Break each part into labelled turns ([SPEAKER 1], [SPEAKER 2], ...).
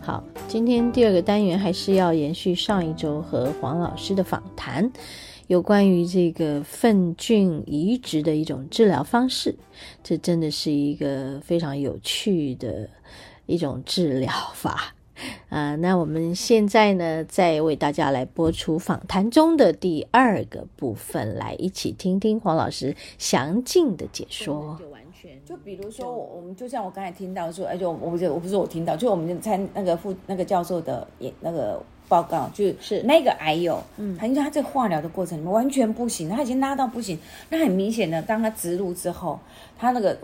[SPEAKER 1] 好，今天第二个单元还是要延续上一周和黄老师的访谈，有关于这个粪菌移植的一种治疗方式。这真的是一个非常有趣的一种治疗法 啊、那我们现在呢，再为大家来播出访谈中的第二个部分，来一起听听黄老师详尽的解说。
[SPEAKER 2] 就比如说，我我们就像我刚才听到说，而且我我不是我不是我听到，就我们参那个副那个教授的也那个报告，就是那个癌友，嗯，他因为他在化疗的过程里面完全不行，他已经拉到不行，那很明显的，当他植入之后，他那个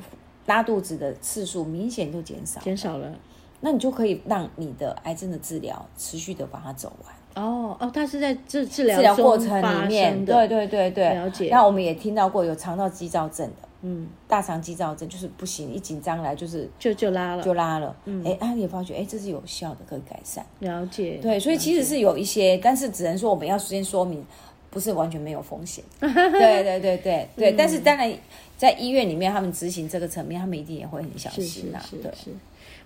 [SPEAKER 2] 拉肚子的次数明显就减少，
[SPEAKER 1] 减少了。
[SPEAKER 2] 那你就可以让你的癌症的治疗持续的把它走完。
[SPEAKER 1] 哦哦，它是在治治疗
[SPEAKER 2] 治疗过
[SPEAKER 1] 中
[SPEAKER 2] 程
[SPEAKER 1] 发
[SPEAKER 2] 里面，
[SPEAKER 1] 生
[SPEAKER 2] 对
[SPEAKER 1] 的
[SPEAKER 2] 对对对，
[SPEAKER 1] 了解
[SPEAKER 2] 那我们也听到过有肠道肌躁症的，
[SPEAKER 1] 嗯，
[SPEAKER 2] 大肠肌躁症就是不行，一紧张来就是
[SPEAKER 1] 就就拉了，
[SPEAKER 2] 就拉了，嗯，哎，他也发觉，哎，这是有效的，可以改善。
[SPEAKER 1] 了解。嗯
[SPEAKER 2] 对，所以其实是有一些，但是只能说我们要先说明，不是完全没有风 险。对对对对对，但是当然在医院里面，他们执行这个层面，他们一定也会很小
[SPEAKER 1] 是是
[SPEAKER 2] 心啦。
[SPEAKER 1] 是
[SPEAKER 2] 对，
[SPEAKER 1] 是。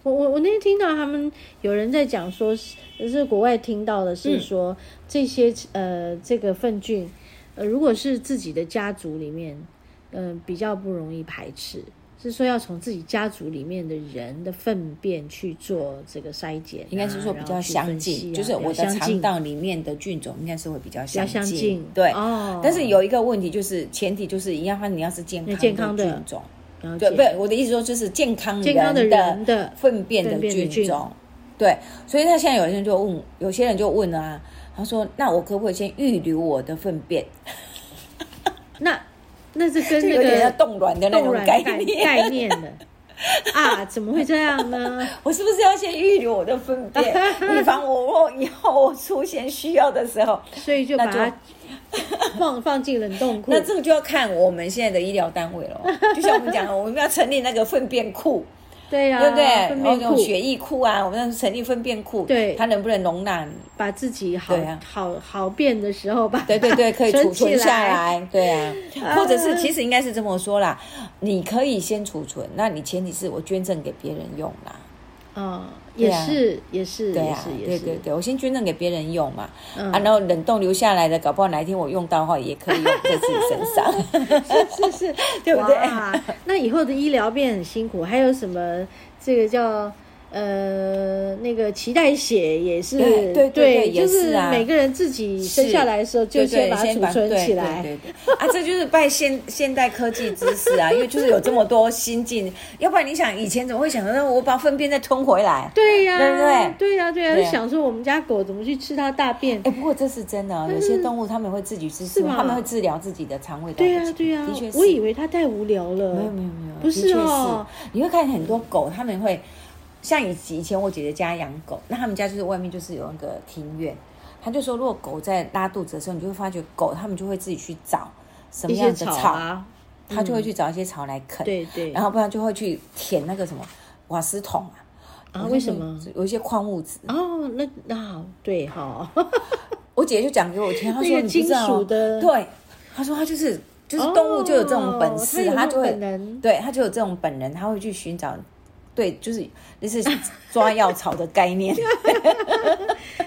[SPEAKER 1] 我我我那天听到他们有人在讲说，是是国外听到的
[SPEAKER 2] 嗯
[SPEAKER 1] 是说、这些呃这个粪菌，呃如果是自己的家族里面，嗯、比较不容易排斥，是说要从自己家族里面的人的粪便去做这个筛检啊、
[SPEAKER 2] 应该是说比
[SPEAKER 1] 然后
[SPEAKER 2] 较
[SPEAKER 1] 去
[SPEAKER 2] 相
[SPEAKER 1] 分析
[SPEAKER 2] 近，
[SPEAKER 1] 啊
[SPEAKER 2] 就是
[SPEAKER 1] 比较
[SPEAKER 2] 我的
[SPEAKER 1] 相
[SPEAKER 2] 肠
[SPEAKER 1] 近
[SPEAKER 2] 道里面的菌种应该是会比较
[SPEAKER 1] 比较
[SPEAKER 2] 相
[SPEAKER 1] 相
[SPEAKER 2] 近
[SPEAKER 1] 近。
[SPEAKER 2] 对，
[SPEAKER 1] 哦，
[SPEAKER 2] 但是有一个问题就是，前提就是一样，它你要是健
[SPEAKER 1] 你健康
[SPEAKER 2] 康
[SPEAKER 1] 的
[SPEAKER 2] 的菌种。
[SPEAKER 1] 了
[SPEAKER 2] 对，
[SPEAKER 1] 解
[SPEAKER 2] 不是我的意思说，就是健康
[SPEAKER 1] 健康的
[SPEAKER 2] 人
[SPEAKER 1] 人的
[SPEAKER 2] 粪便
[SPEAKER 1] 粪
[SPEAKER 2] 的
[SPEAKER 1] 便的
[SPEAKER 2] 菌
[SPEAKER 1] 菌
[SPEAKER 2] 种。对，所以那现在有些人就问，有些人就问了啊，他说：“那我可不可以先预留我的粪便？”
[SPEAKER 1] 那那是跟
[SPEAKER 2] 就
[SPEAKER 1] 那
[SPEAKER 2] 有点像
[SPEAKER 1] 个
[SPEAKER 2] 冻卵的那
[SPEAKER 1] 冻
[SPEAKER 2] 种
[SPEAKER 1] 卵
[SPEAKER 2] 概
[SPEAKER 1] 概
[SPEAKER 2] 念。
[SPEAKER 1] 概念的啊，怎么会这样呢？
[SPEAKER 2] 我是不是要先预留我的粪 便，以防我若以后我出现需要的时候？
[SPEAKER 1] 所以就把
[SPEAKER 2] 那
[SPEAKER 1] 它
[SPEAKER 2] 就
[SPEAKER 1] 放放进冷冻库
[SPEAKER 2] 那。这个就要看我们现在的医疗单位了。哦就像我们讲的，我们要成立那个粪便 库，
[SPEAKER 1] 对呀、
[SPEAKER 2] 对不对？
[SPEAKER 1] 啊粪
[SPEAKER 2] 然后
[SPEAKER 1] 便
[SPEAKER 2] 那种
[SPEAKER 1] 库
[SPEAKER 2] 血液库啊，我们要成立粪便库，
[SPEAKER 1] 对
[SPEAKER 2] 它能不能容纳你？
[SPEAKER 1] 把自己好、
[SPEAKER 2] 对啊
[SPEAKER 1] 好好便的时候吧，
[SPEAKER 2] 对对对，可以储
[SPEAKER 1] 起
[SPEAKER 2] 存下
[SPEAKER 1] 来。嗯
[SPEAKER 2] 来，对啊，或者是其实应该是这么说啦，你可以先储存，那你前提是我捐赠给别人用啦，
[SPEAKER 1] 嗯，也
[SPEAKER 2] 对啊
[SPEAKER 1] 是也是
[SPEAKER 2] 对
[SPEAKER 1] 也
[SPEAKER 2] 啊
[SPEAKER 1] 是，也
[SPEAKER 2] 对
[SPEAKER 1] 是，
[SPEAKER 2] 对对，我先捐赠给别人用嘛，
[SPEAKER 1] 嗯
[SPEAKER 2] 啊，然后冷冻留下来的，搞不好哪一天我用到的话，也可以用在自己身上，
[SPEAKER 1] 是是，
[SPEAKER 2] 对不对
[SPEAKER 1] 哇？那以后的医疗变很辛苦，还有什么这个叫呃那个脐带血也是
[SPEAKER 2] 对对对对
[SPEAKER 1] 就
[SPEAKER 2] 也是啊
[SPEAKER 1] 每个人自己生
[SPEAKER 2] 是
[SPEAKER 1] 下来的时候就
[SPEAKER 2] 对对
[SPEAKER 1] 先把它储存起来。
[SPEAKER 2] 对对对对啊，这就是拜现现代科技知识啊，因为就是有这么多新进，要不然你想以前怎么会想到让我把粪便再吞回来？
[SPEAKER 1] 对呀、
[SPEAKER 2] 对不对
[SPEAKER 1] 对呀、对
[SPEAKER 2] 对
[SPEAKER 1] 呀、
[SPEAKER 2] 啊
[SPEAKER 1] 就想说我们家狗怎么去吃它大便？
[SPEAKER 2] 哎、不过这是真的、哦，有些动物它们会自己吃
[SPEAKER 1] 嗯是
[SPEAKER 2] 素，
[SPEAKER 1] 吧
[SPEAKER 2] 它们会治疗自己的肠胃道
[SPEAKER 1] 对
[SPEAKER 2] 的
[SPEAKER 1] 呀、
[SPEAKER 2] 疾病。
[SPEAKER 1] 对呀、啊
[SPEAKER 2] 的确是。
[SPEAKER 1] 我以为它太无聊了。
[SPEAKER 2] 没有没有没有，
[SPEAKER 1] 不是
[SPEAKER 2] 的
[SPEAKER 1] 哦
[SPEAKER 2] 确是。你会看很多狗，它们会像以以前我姐姐家养狗，那他们家就是外面就是有那个庭院，他就说如果狗在拉肚子的时候，你就会发觉狗它们就会自己去找什么
[SPEAKER 1] 一
[SPEAKER 2] 样
[SPEAKER 1] 些
[SPEAKER 2] 的草，
[SPEAKER 1] 草啊，
[SPEAKER 2] 它就会去找一些草来啃，
[SPEAKER 1] 对对。
[SPEAKER 2] 然后不然就会去舔那个什么瓦斯桶啊。
[SPEAKER 1] 啊
[SPEAKER 2] 我就
[SPEAKER 1] 为什
[SPEAKER 2] 说
[SPEAKER 1] 么？
[SPEAKER 2] 有一些矿物质？
[SPEAKER 1] 哦，那那好，对哈、
[SPEAKER 2] 我姐就讲给我听，她
[SPEAKER 1] 那
[SPEAKER 2] 说
[SPEAKER 1] 个
[SPEAKER 2] 你不知道
[SPEAKER 1] 金属
[SPEAKER 2] 哦
[SPEAKER 1] 的
[SPEAKER 2] 对，她说她就是就是动物就有这种本
[SPEAKER 1] 哦它
[SPEAKER 2] 事，
[SPEAKER 1] 有
[SPEAKER 2] 它
[SPEAKER 1] 这
[SPEAKER 2] 就
[SPEAKER 1] 种
[SPEAKER 2] 会
[SPEAKER 1] 本能
[SPEAKER 2] 对，它就有这种本能，它会去寻找，对，就是类似抓药草的概 念，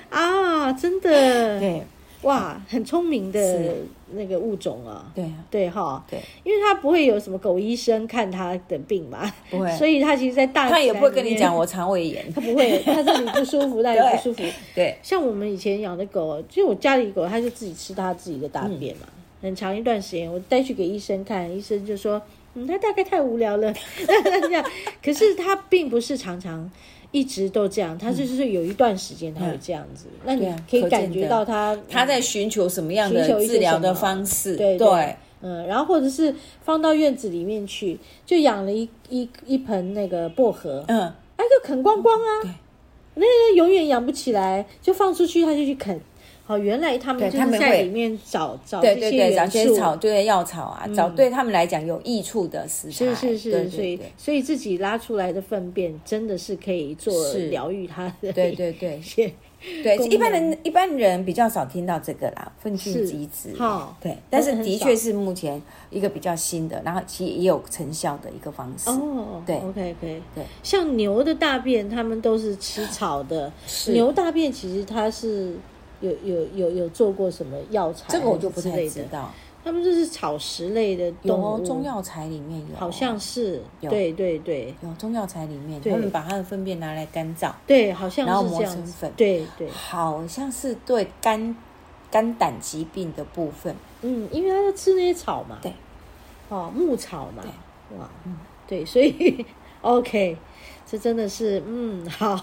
[SPEAKER 1] 啊，真的，
[SPEAKER 2] 对
[SPEAKER 1] 哇，很聪明的
[SPEAKER 2] 是
[SPEAKER 1] 那个物种啊，
[SPEAKER 2] 对啊，
[SPEAKER 1] 对哈，
[SPEAKER 2] 对，
[SPEAKER 1] 因为它不会有什么狗医生看它的病嘛，
[SPEAKER 2] 不会
[SPEAKER 1] 所以它其实，在大
[SPEAKER 2] 它也
[SPEAKER 1] 自然
[SPEAKER 2] 不会跟
[SPEAKER 1] 里
[SPEAKER 2] 你
[SPEAKER 1] 面
[SPEAKER 2] 讲，我肠胃 炎，
[SPEAKER 1] 它不会，它这里不舒 服，那里不舒服。
[SPEAKER 2] 对，
[SPEAKER 1] 像我们以前养的狗，就我家里狗，它就自己吃它自己的大便
[SPEAKER 2] 嗯
[SPEAKER 1] 嘛，很长一段时间，我带去给医生看，医生就说，嗯，它大概太无聊了， 这样。可是它并不是常常。一直都这样，它就是有一段时间它会这样子，那
[SPEAKER 2] 嗯
[SPEAKER 1] 你
[SPEAKER 2] 对啊
[SPEAKER 1] 可以
[SPEAKER 2] 可见
[SPEAKER 1] 感觉
[SPEAKER 2] 的
[SPEAKER 1] 到它
[SPEAKER 2] 它在寻求什么样
[SPEAKER 1] 寻
[SPEAKER 2] 的
[SPEAKER 1] 求一些
[SPEAKER 2] 治疗
[SPEAKER 1] 什
[SPEAKER 2] 的
[SPEAKER 1] 么
[SPEAKER 2] 方式，
[SPEAKER 1] 对
[SPEAKER 2] 对，
[SPEAKER 1] 嗯，然后或者是放到院子里面去，就养了一一一盆那个薄荷，
[SPEAKER 2] 嗯，
[SPEAKER 1] 哎，就啃光光啊。
[SPEAKER 2] 对
[SPEAKER 1] 那个永远养不起来，就放出去它就去啃，好，原来他们
[SPEAKER 2] 对
[SPEAKER 1] 就
[SPEAKER 2] 他
[SPEAKER 1] 是
[SPEAKER 2] 们
[SPEAKER 1] 在
[SPEAKER 2] 会
[SPEAKER 1] 里面找找
[SPEAKER 2] 对
[SPEAKER 1] 这
[SPEAKER 2] 对
[SPEAKER 1] 些
[SPEAKER 2] 对，找
[SPEAKER 1] 元
[SPEAKER 2] 些
[SPEAKER 1] 素，嗯
[SPEAKER 2] 草，对药草啊，找对他们来讲有益处的食材。
[SPEAKER 1] 是是是，
[SPEAKER 2] 对对
[SPEAKER 1] 所以
[SPEAKER 2] 对
[SPEAKER 1] 所以自己拉出来的粪便真的是可以做
[SPEAKER 2] 是
[SPEAKER 1] 疗愈他的
[SPEAKER 2] 对对对
[SPEAKER 1] 一些
[SPEAKER 2] 对，
[SPEAKER 1] 功能
[SPEAKER 2] 一般人一般人比较少听到这个啦，粪菌机制。
[SPEAKER 1] 哈
[SPEAKER 2] 对，但是
[SPEAKER 1] 嗯很
[SPEAKER 2] 的
[SPEAKER 1] 少
[SPEAKER 2] 确是目前一个比较新的，然后其实也有成效的一个方式。
[SPEAKER 1] 哦，
[SPEAKER 2] 对
[SPEAKER 1] ，OK OK，
[SPEAKER 2] 对，
[SPEAKER 1] 像牛的大便，他们都是吃草的，
[SPEAKER 2] 是
[SPEAKER 1] 牛大便其实它是有有有有做过什么药材，
[SPEAKER 2] 这个我就不
[SPEAKER 1] 之类
[SPEAKER 2] 太
[SPEAKER 1] 的
[SPEAKER 2] 知，道。
[SPEAKER 1] 他们就是草食类的
[SPEAKER 2] 有
[SPEAKER 1] 动物，
[SPEAKER 2] 哦，中药材里面有哦，
[SPEAKER 1] 好像是，
[SPEAKER 2] 有
[SPEAKER 1] 对对对
[SPEAKER 2] 有中药材里面，
[SPEAKER 1] 对
[SPEAKER 2] 他们把它的粪便拿来干燥，
[SPEAKER 1] 对，好像
[SPEAKER 2] 然后
[SPEAKER 1] 是这
[SPEAKER 2] 磨
[SPEAKER 1] 样
[SPEAKER 2] 成
[SPEAKER 1] 子，
[SPEAKER 2] 粉
[SPEAKER 1] 对对，
[SPEAKER 2] 好像是对肝肝胆疾病的部分。
[SPEAKER 1] 嗯，因为它在吃那些草嘛，
[SPEAKER 2] 对，嗯
[SPEAKER 1] 哦，牧草嘛，哇，对，所以 OK，这真的是嗯 好，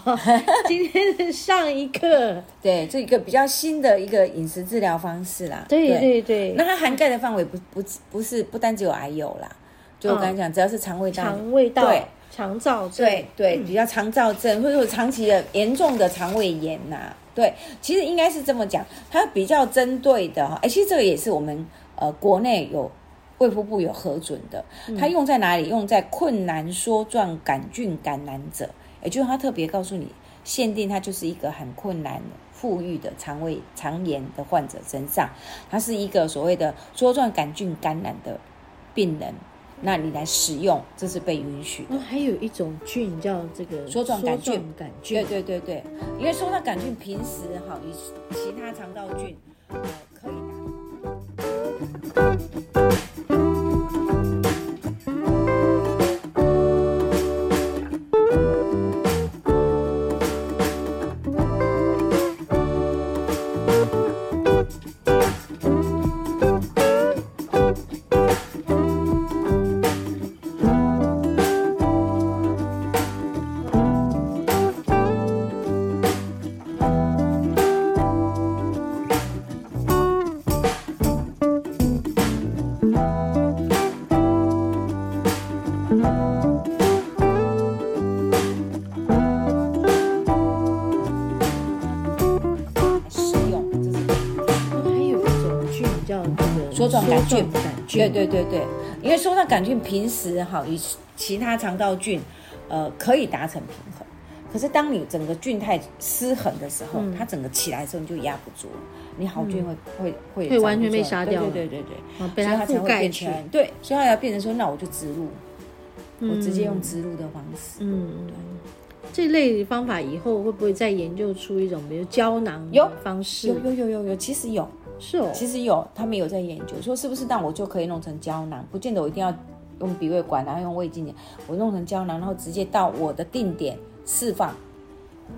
[SPEAKER 1] 今天的上一课，
[SPEAKER 2] 对，这一个比较新的一个饮食治疗方式啦。
[SPEAKER 1] 对对对，
[SPEAKER 2] 那它涵盖的范围不不不是不单只有癌友啦，就我刚才讲，只要是肠胃道
[SPEAKER 1] 肠胃道
[SPEAKER 2] 对、
[SPEAKER 1] 肠燥症，
[SPEAKER 2] 对对，比较肠燥症或者说长期的严重的肠胃炎呐、对，其实应该是这么讲，它比较针对的哈，哎，其实这个也是我们呃国内有卫福部有核准的，它用在哪里？用在困难梭状杆菌感染者，也就是它特别告诉你，限定它就是一个很困难富裕的肠胃肠炎的患者身上，它是一个所谓的梭状杆菌感染的病人。那你来使用，这是被允许的
[SPEAKER 1] 那。还有一种菌叫这个
[SPEAKER 2] 梭状杆菌
[SPEAKER 1] 梭状杆
[SPEAKER 2] 对
[SPEAKER 1] 菌，
[SPEAKER 2] 对对对，因为说到杆菌，平时哈与其他肠道菌，呃，可以打。使用，这是
[SPEAKER 1] 那还有一种菌叫这个
[SPEAKER 2] 梭状杆菌
[SPEAKER 1] 杆菌，
[SPEAKER 2] 对对对对，因为说到杆菌，平时哈与其他肠道菌，呃，可以达成平衡。可是当你整个菌态失衡的时候，
[SPEAKER 1] 嗯
[SPEAKER 2] 它整个起来的时候你就压不住了，你好菌会、会嗯会
[SPEAKER 1] 会
[SPEAKER 2] 遭
[SPEAKER 1] 完全
[SPEAKER 2] 不
[SPEAKER 1] 被
[SPEAKER 2] 住
[SPEAKER 1] 杀
[SPEAKER 2] 对
[SPEAKER 1] 掉了
[SPEAKER 2] 对对对对，
[SPEAKER 1] 啊，被
[SPEAKER 2] 所以
[SPEAKER 1] 它
[SPEAKER 2] 才
[SPEAKER 1] 覆
[SPEAKER 2] 会
[SPEAKER 1] 盖
[SPEAKER 2] 变
[SPEAKER 1] 去，
[SPEAKER 2] 成对，所以它要变成说，那我就植入，我直接用
[SPEAKER 1] 嗯
[SPEAKER 2] 植入的方式。
[SPEAKER 1] 嗯。这类方法以后会不会再研究出一种，比如胶囊
[SPEAKER 2] 有
[SPEAKER 1] 方式
[SPEAKER 2] 有？有有有有，其实有，
[SPEAKER 1] 是哦，
[SPEAKER 2] 其实有，他们有在研究，说是不是让我就可以弄成胶囊，不见得我一定要用鼻胃管，然啊后用胃镜点，我弄成胶囊，然后直接到我的定点释放，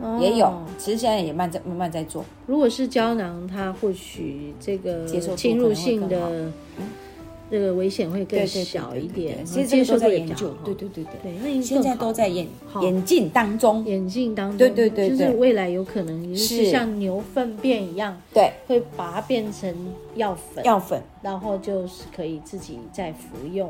[SPEAKER 1] 哦
[SPEAKER 2] 也有。其实现在也慢在慢慢在做，
[SPEAKER 1] 如果是胶囊，它或许这个
[SPEAKER 2] 接受度
[SPEAKER 1] 侵入性
[SPEAKER 2] 可能
[SPEAKER 1] 的这个危险会更
[SPEAKER 2] 对对对
[SPEAKER 1] 小
[SPEAKER 2] 对
[SPEAKER 1] 一
[SPEAKER 2] 对
[SPEAKER 1] 点，
[SPEAKER 2] 对
[SPEAKER 1] 然后
[SPEAKER 2] 其实这
[SPEAKER 1] 接
[SPEAKER 2] 个
[SPEAKER 1] 受
[SPEAKER 2] 都在
[SPEAKER 1] 度也
[SPEAKER 2] 研
[SPEAKER 1] 比较
[SPEAKER 2] 究
[SPEAKER 1] 好，
[SPEAKER 2] 对对对对，
[SPEAKER 1] 对，那应该
[SPEAKER 2] 现在
[SPEAKER 1] 更好
[SPEAKER 2] 都在演
[SPEAKER 1] 好
[SPEAKER 2] 演进当中，
[SPEAKER 1] 眼镜当中，
[SPEAKER 2] 对对对
[SPEAKER 1] 就是
[SPEAKER 2] 对
[SPEAKER 1] 未来有可能就是
[SPEAKER 2] 是
[SPEAKER 1] 像牛粪便一样，
[SPEAKER 2] 对，
[SPEAKER 1] 会把它变成药粉，
[SPEAKER 2] 药粉，
[SPEAKER 1] 然后就是可以自己再服用，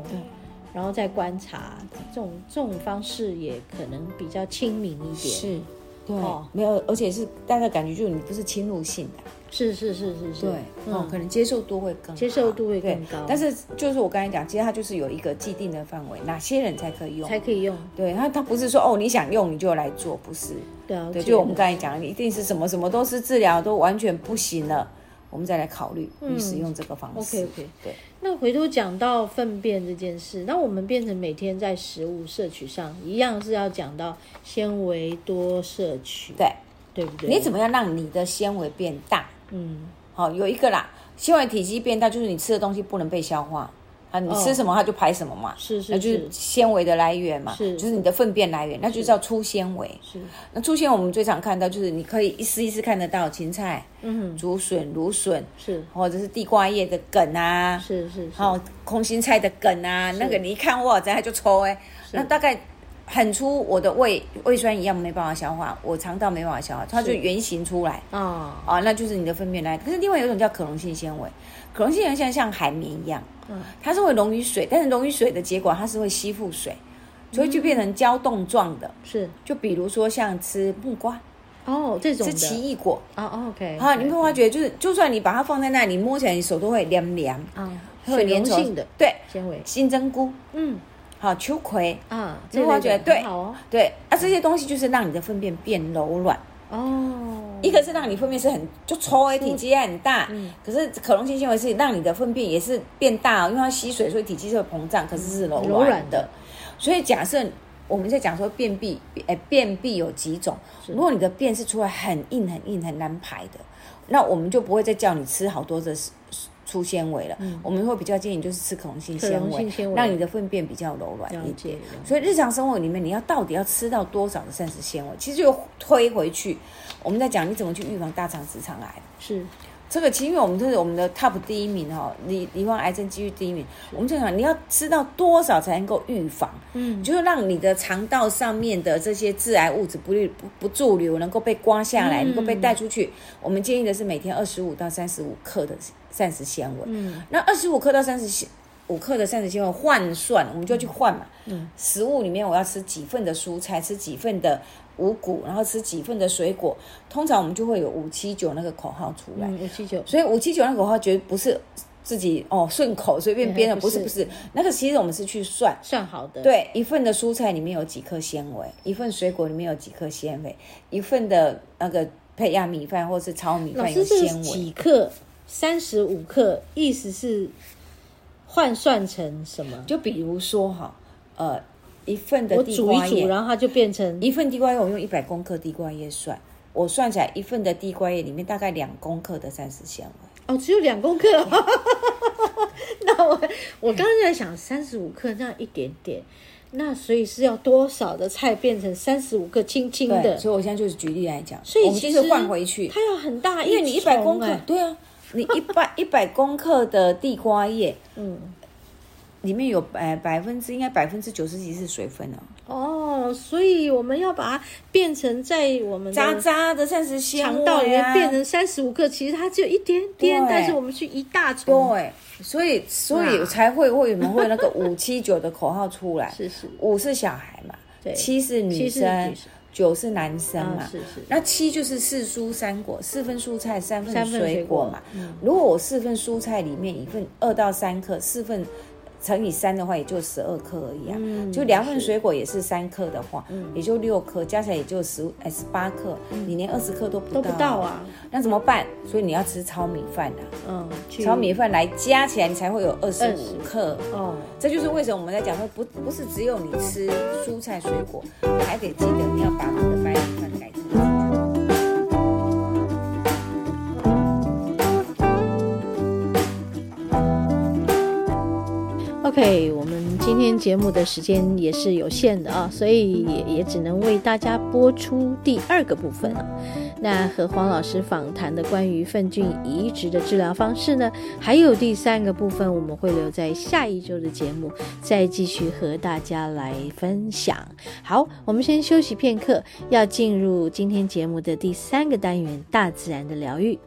[SPEAKER 1] 然后再观察，这种这种方式也可能比较亲民一点。
[SPEAKER 2] 是。对
[SPEAKER 1] 哦，
[SPEAKER 2] 没有，而且是大概感觉就是你不是侵入性的，
[SPEAKER 1] 是是是是是，
[SPEAKER 2] 哦，可能接受度会更好
[SPEAKER 1] 嗯接受度会
[SPEAKER 2] 对
[SPEAKER 1] 更高
[SPEAKER 2] 但是就是我刚才讲，其实它就是有一个既定的范围，哪些人才可以用，
[SPEAKER 1] 才可以用。
[SPEAKER 2] 对他，他不是说哦，你想用你就来做，不是。
[SPEAKER 1] 对啊，
[SPEAKER 2] 对，就我们刚才讲，的，一定是什么什么都是治疗都完全不行了，我们再来考虑你使用这个方式。
[SPEAKER 1] OK OK，
[SPEAKER 2] 对，
[SPEAKER 1] 那回头讲到粪便这件事，那我们变成每天在食物摄取上，一样是要讲到纤维多摄取，
[SPEAKER 2] 对
[SPEAKER 1] 对不对？
[SPEAKER 2] 你怎么样让你的纤维变大？
[SPEAKER 1] 嗯，
[SPEAKER 2] 好、有一个啦，纤维体积变大就是你吃的东西不能被消化啊，你吃什么它就排什么嘛，
[SPEAKER 1] 是哦是
[SPEAKER 2] 那就是是纤维的来源嘛，
[SPEAKER 1] 是
[SPEAKER 2] 就是你的粪便来源，那就叫粗纤维。
[SPEAKER 1] 是，
[SPEAKER 2] 那粗纤维我们最常看到就是你可以一丝一丝看得到芹菜、
[SPEAKER 1] 嗯，
[SPEAKER 2] 竹笋、芦笋，
[SPEAKER 1] 是
[SPEAKER 2] 或者是地瓜叶的梗啊，
[SPEAKER 1] 是是是，
[SPEAKER 2] 好、空心菜的梗啊，那个你一看哇，咱就抽哎、那大概很粗，我的胃胃酸一样没办法消化，我肠道没办法消化，它就是原型出来
[SPEAKER 1] 啊，
[SPEAKER 2] 啊、那就是你的粪便来源。可是另外有一种叫可溶性纤维，可溶性纤维像像海绵一样，
[SPEAKER 1] 嗯
[SPEAKER 2] 它是会溶于水，但是溶于水的结果它是会吸附水，所以就变成胶冻状的。
[SPEAKER 1] 是
[SPEAKER 2] 就比如说像吃木瓜，
[SPEAKER 1] 哦，这种
[SPEAKER 2] 是
[SPEAKER 1] 的
[SPEAKER 2] 奇异果
[SPEAKER 1] 哦哦，OK，
[SPEAKER 2] 啊，你会发觉就是，就算你把它放在那里，摸起来你手都会凉凉，
[SPEAKER 1] 啊，
[SPEAKER 2] 会有
[SPEAKER 1] 水溶
[SPEAKER 2] 粘稠
[SPEAKER 1] 性的
[SPEAKER 2] 对，
[SPEAKER 1] 纤维，
[SPEAKER 2] 金针菇，
[SPEAKER 1] 嗯
[SPEAKER 2] 好，秋葵，
[SPEAKER 1] 啊，
[SPEAKER 2] 你
[SPEAKER 1] 这
[SPEAKER 2] 会
[SPEAKER 1] 类
[SPEAKER 2] 觉得
[SPEAKER 1] 的
[SPEAKER 2] 对
[SPEAKER 1] 很好哦，
[SPEAKER 2] 对啊，这些东西就是让你的粪便变柔软。
[SPEAKER 1] 哦，
[SPEAKER 2] 一个是让你粪便是很就粗哎，体积也很大，
[SPEAKER 1] 嗯
[SPEAKER 2] 可是可溶性纤维是让你的粪便也是变大、哦，因为它吸水，所以体积是会膨胀，可是是柔
[SPEAKER 1] 柔
[SPEAKER 2] 软的。
[SPEAKER 1] 软的
[SPEAKER 2] 所以假设我们在讲说便秘，哎，便秘有几种？
[SPEAKER 1] 是
[SPEAKER 2] 如果你的便是出来很硬、很硬、很难排的，那我们就不会再叫你吃好多的粗纤维了。我们会比较建议你就是吃可溶性
[SPEAKER 1] 嗯可
[SPEAKER 2] 纤
[SPEAKER 1] 溶
[SPEAKER 2] 维，
[SPEAKER 1] 性纤维
[SPEAKER 2] 让你的粪便比较柔软一
[SPEAKER 1] 了解
[SPEAKER 2] 点
[SPEAKER 1] 了。
[SPEAKER 2] 所以日常生活里面，你要到底要吃到多少的膳食纤维？其实就推回去，我们在讲你怎么去预防大肠直肠癌。
[SPEAKER 1] 是
[SPEAKER 2] 这个其实因为我们这是我们的 top 第一名哈、哦，罹罹患癌症几率第一名，我们就想你要吃到多少才能够预防？
[SPEAKER 1] 嗯
[SPEAKER 2] 你就是让你的肠道上面的这些致癌物质不利不不驻留，能够被刮下来，
[SPEAKER 1] 嗯
[SPEAKER 2] 能够被带出去。我们建议的是每天二十五到三十五克的膳食纤维。
[SPEAKER 1] 嗯
[SPEAKER 2] 那二十五克到三十五克的膳食纤维换算，我们就去换嘛。
[SPEAKER 1] 嗯，
[SPEAKER 2] 食物里面我要吃几份的蔬菜，吃几份的五谷，然后吃几份的水果。通常我们就会有五七九那个口号出来。
[SPEAKER 1] 嗯五七九
[SPEAKER 2] 所以五七九那个口号绝对不是自己哦顺口随便编的，
[SPEAKER 1] 嗯
[SPEAKER 2] 不是
[SPEAKER 1] 不
[SPEAKER 2] 不
[SPEAKER 1] 是
[SPEAKER 2] 是，那个其实我们是去算。
[SPEAKER 1] 算好的，，
[SPEAKER 2] 对，一份的蔬菜里面有几克纤维，一份水果里面有几克纤维，一份的那个胚芽米饭或是糙米
[SPEAKER 1] 老
[SPEAKER 2] 饭有
[SPEAKER 1] 师这
[SPEAKER 2] 纤
[SPEAKER 1] 个
[SPEAKER 2] 维。
[SPEAKER 1] 几克三十五克，意思是换算成什么？
[SPEAKER 2] 就比如说哈，呃，一份的
[SPEAKER 1] 我
[SPEAKER 2] 地
[SPEAKER 1] 煮
[SPEAKER 2] 瓜
[SPEAKER 1] 一
[SPEAKER 2] 叶
[SPEAKER 1] 煮，，然后它就变成
[SPEAKER 2] 一份地瓜叶我用一百公克地瓜叶算，我算起来一份的地瓜叶里面大概两公克的膳食纤维。
[SPEAKER 1] 哦，只有两公克。哦 那我我刚刚在想，三十五克那一点点，那所以是要多少的菜变成三十五克轻轻
[SPEAKER 2] 对，
[SPEAKER 1] 的？
[SPEAKER 2] 所以我现在就是举例来讲，
[SPEAKER 1] 所以
[SPEAKER 2] 我们
[SPEAKER 1] 其
[SPEAKER 2] 就
[SPEAKER 1] 实
[SPEAKER 2] 是换回去，
[SPEAKER 1] 它要很大一、欸哎
[SPEAKER 2] 因为你一百公克，，对啊，你一百一百公克的地瓜叶
[SPEAKER 1] 嗯，
[SPEAKER 2] 里面有呃百分之应该百分之九十几是水分哦、
[SPEAKER 1] 哦，所以我们要把它变成在我们
[SPEAKER 2] 渣
[SPEAKER 1] 的
[SPEAKER 2] 渣的膳食纤维、啊、
[SPEAKER 1] 肠道里面变成三十五克，其实它只有一点点，
[SPEAKER 2] 对
[SPEAKER 1] 但是我们去一大坨，
[SPEAKER 2] 对，所以所
[SPEAKER 1] 哇
[SPEAKER 2] 以才会为什么会有那个五七九的口号出来？
[SPEAKER 1] 是是，
[SPEAKER 2] 五是小孩嘛
[SPEAKER 1] 对，
[SPEAKER 2] 七是
[SPEAKER 1] 七
[SPEAKER 2] 女
[SPEAKER 1] 是
[SPEAKER 2] 生
[SPEAKER 1] 女生，
[SPEAKER 2] 九是男生嘛
[SPEAKER 1] 啊，。是是，
[SPEAKER 2] 那七就是四蔬三果，四份蔬菜，三份
[SPEAKER 1] 三份水
[SPEAKER 2] 水
[SPEAKER 1] 果嗯
[SPEAKER 2] 果嘛。如果我四份蔬菜里面一份二到三克，四份乘以三的话，也就十二克而已啊。
[SPEAKER 1] 嗯
[SPEAKER 2] 就两份
[SPEAKER 1] 是嗯
[SPEAKER 2] 水果也是三克的话，也就六克，加起来也就十哎十八克，你连二十克都不
[SPEAKER 1] 都
[SPEAKER 2] 到
[SPEAKER 1] 不到。啊，
[SPEAKER 2] 那怎么办？所以你要吃糙米饭啊，
[SPEAKER 1] 嗯，去
[SPEAKER 2] 糙米饭来加起来，你才会有二十
[SPEAKER 1] 25
[SPEAKER 2] 五克。
[SPEAKER 1] 哦，
[SPEAKER 2] 这就是为什么我们在讲说不不是只有你吃蔬菜水果，还得记得你要把你的白米饭改成。
[SPEAKER 1] OK，我们今天节目的时间也是有限的啊，所以也也只能为大家播出第二个部分啊。那和黄老师访谈的关于粪菌移植的治疗方式呢，还有第三个部分，我们会留在下一周的节目再继续和大家来分享。好，我们先休息片刻，要进入今天节目的第三个单元——大自然的疗愈。